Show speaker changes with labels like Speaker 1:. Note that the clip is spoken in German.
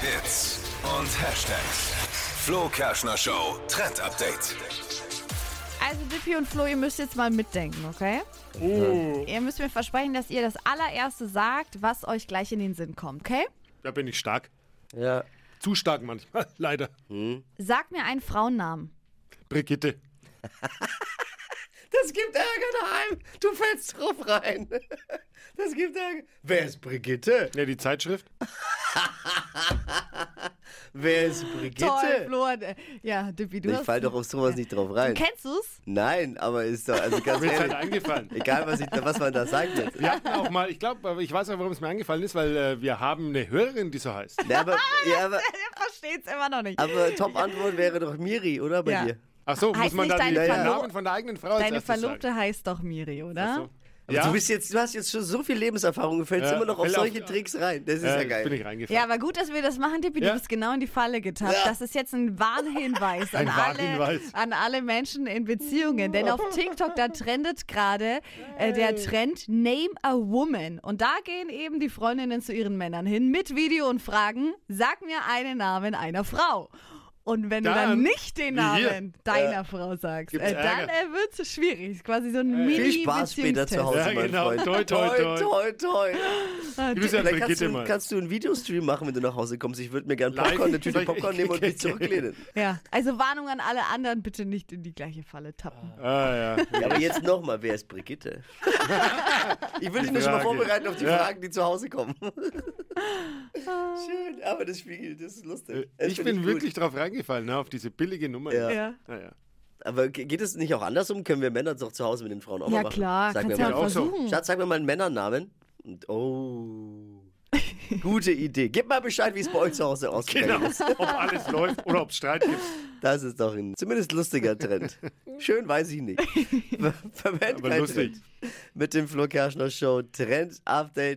Speaker 1: Hits und Hashtags. Flo Kerschner Show Trend Update.
Speaker 2: Also Dippy und Flo, ihr müsst jetzt mal mitdenken, okay? Ihr müsst mir versprechen, dass ihr das allererste sagt, was euch gleich in den Sinn kommt, okay?
Speaker 3: Da bin ich stark.
Speaker 4: Ja.
Speaker 3: Zu stark manchmal, leider.
Speaker 2: Sag mir einen Frauennamen.
Speaker 3: Brigitte.
Speaker 4: Das gibt Ärger daheim. Du fällst drauf rein. Das gibt Ärger. Wer ist Brigitte?
Speaker 3: Ja, die Zeitschrift.
Speaker 4: Wer ist Brigitte?
Speaker 2: Toll, Flo. hat- Ja, Dippy, du
Speaker 4: Ich
Speaker 2: hast...
Speaker 4: fall doch auf sowas nicht drauf rein.
Speaker 2: Kennst du's?
Speaker 4: Nein, aber ist doch, also ganz
Speaker 3: Mir ist halt
Speaker 4: ehrlich,
Speaker 3: eingefallen.
Speaker 4: egal was, ich, was man da sagt. jetzt.
Speaker 3: Wir hatten auch mal, ich glaube, ich weiß auch, warum es mir eingefallen ist, weil äh, wir haben eine Hörerin, die so heißt.
Speaker 4: Ja,
Speaker 2: Ah,
Speaker 4: aber, ja, aber,
Speaker 2: Er versteht's immer noch nicht.
Speaker 4: aber Top-Antwort wäre doch Miri, oder bei
Speaker 2: Ja.
Speaker 4: dir?
Speaker 3: Ach so, muss
Speaker 2: Heißt
Speaker 3: man
Speaker 2: nicht
Speaker 3: dann den
Speaker 2: deine
Speaker 4: Verlo-
Speaker 3: Namen von der eigenen Frau als
Speaker 2: Deine
Speaker 3: erstes
Speaker 2: Verlobte heißt doch Miri, oder?
Speaker 3: sagen. So.
Speaker 4: Aber
Speaker 3: Ja,
Speaker 4: du, bist jetzt, du hast jetzt schon so viel Lebenserfahrung, du fällst
Speaker 3: Ja,
Speaker 4: immer noch auf
Speaker 3: fällt auf-
Speaker 4: solche Tricks rein. Das ist
Speaker 3: äh,
Speaker 4: ja geil.
Speaker 3: bin ich reingefallen.
Speaker 2: Ja, aber gut, dass wir das machen, Tippi. Du
Speaker 3: Ja.
Speaker 2: bist genau in die Falle getappt.
Speaker 4: Ja.
Speaker 2: Das ist jetzt ein Warnhinweis
Speaker 3: Ein
Speaker 2: an, alle,
Speaker 3: Warnhinweis.
Speaker 2: an alle Menschen in Beziehungen. Denn auf TikTok, da trendet gerade äh, der Trend Name a Woman. Und da gehen eben die Freundinnen zu ihren Männern hin mit Video und fragen, sag mir einen Namen einer Frau. Und wenn du dann
Speaker 3: Dann-
Speaker 2: nicht den
Speaker 3: wie hier.
Speaker 2: Namen deiner Frau sagst, äh,
Speaker 3: Gibt's
Speaker 2: dann
Speaker 3: Ärger.
Speaker 2: äh, wird es schwierig. Ist Quasi so ein
Speaker 4: Viel Spaß später zu Hause,
Speaker 3: Ja,
Speaker 4: mein
Speaker 3: genau.
Speaker 4: Freund.
Speaker 3: Toi, toi, toi.
Speaker 4: toi, toi.
Speaker 2: Mini-Beziehungstest.
Speaker 3: Grüße an
Speaker 4: Vielleicht kannst
Speaker 3: Brigitte
Speaker 4: du,
Speaker 3: mal.
Speaker 4: kannst du einen Videostream machen, wenn du nach Hause kommst. Ich würde mir gerne
Speaker 3: Live.
Speaker 4: Popcorn, eine Tüte Popcorn nehmen und mich
Speaker 3: Okay.
Speaker 4: zurücklehnen.
Speaker 2: Ja, also Warnung an alle anderen, bitte nicht in die gleiche Falle tappen.
Speaker 3: Ah, ja.
Speaker 4: Ja, aber jetzt nochmal, wer ist Brigitte? ich würde mich schon mal
Speaker 3: Frage.
Speaker 4: vorbereiten auf die
Speaker 3: Ja.
Speaker 4: Fragen, die zu Hause kommen. Schön, aber das Spiegel, das ist lustig. Das
Speaker 3: Äh, Ich
Speaker 4: find
Speaker 3: bin
Speaker 4: gut.
Speaker 3: wirklich drauf reingefallen, ne, auf diese billige Nummer. Ah,
Speaker 4: Ja.
Speaker 2: Ja.
Speaker 3: Naja.
Speaker 4: Aber ge- geht es nicht auch andersrum? Können wir Männer doch zu Hause mit den Frauen auch
Speaker 2: Ja
Speaker 4: mal machen?
Speaker 2: klar,
Speaker 4: sag mir
Speaker 2: kannst
Speaker 4: mal,
Speaker 2: ja mal
Speaker 3: auch so.
Speaker 2: versuchen.
Speaker 4: Schatz, sag mir mal einen Männernamen. Und, oh. Gute Idee. Gib mal Bescheid, wie es bei euch zu Hause aussieht.
Speaker 3: Genau, ob alles läuft oder ob es Streit gibt.
Speaker 4: Das ist doch ein zumindest lustiger Trend. Schön weiß ich nicht. Ver- Verwendet
Speaker 3: Aber
Speaker 4: kein
Speaker 3: lustig.
Speaker 4: Trend. Mit dem Flo Kerschner Show Trend Update.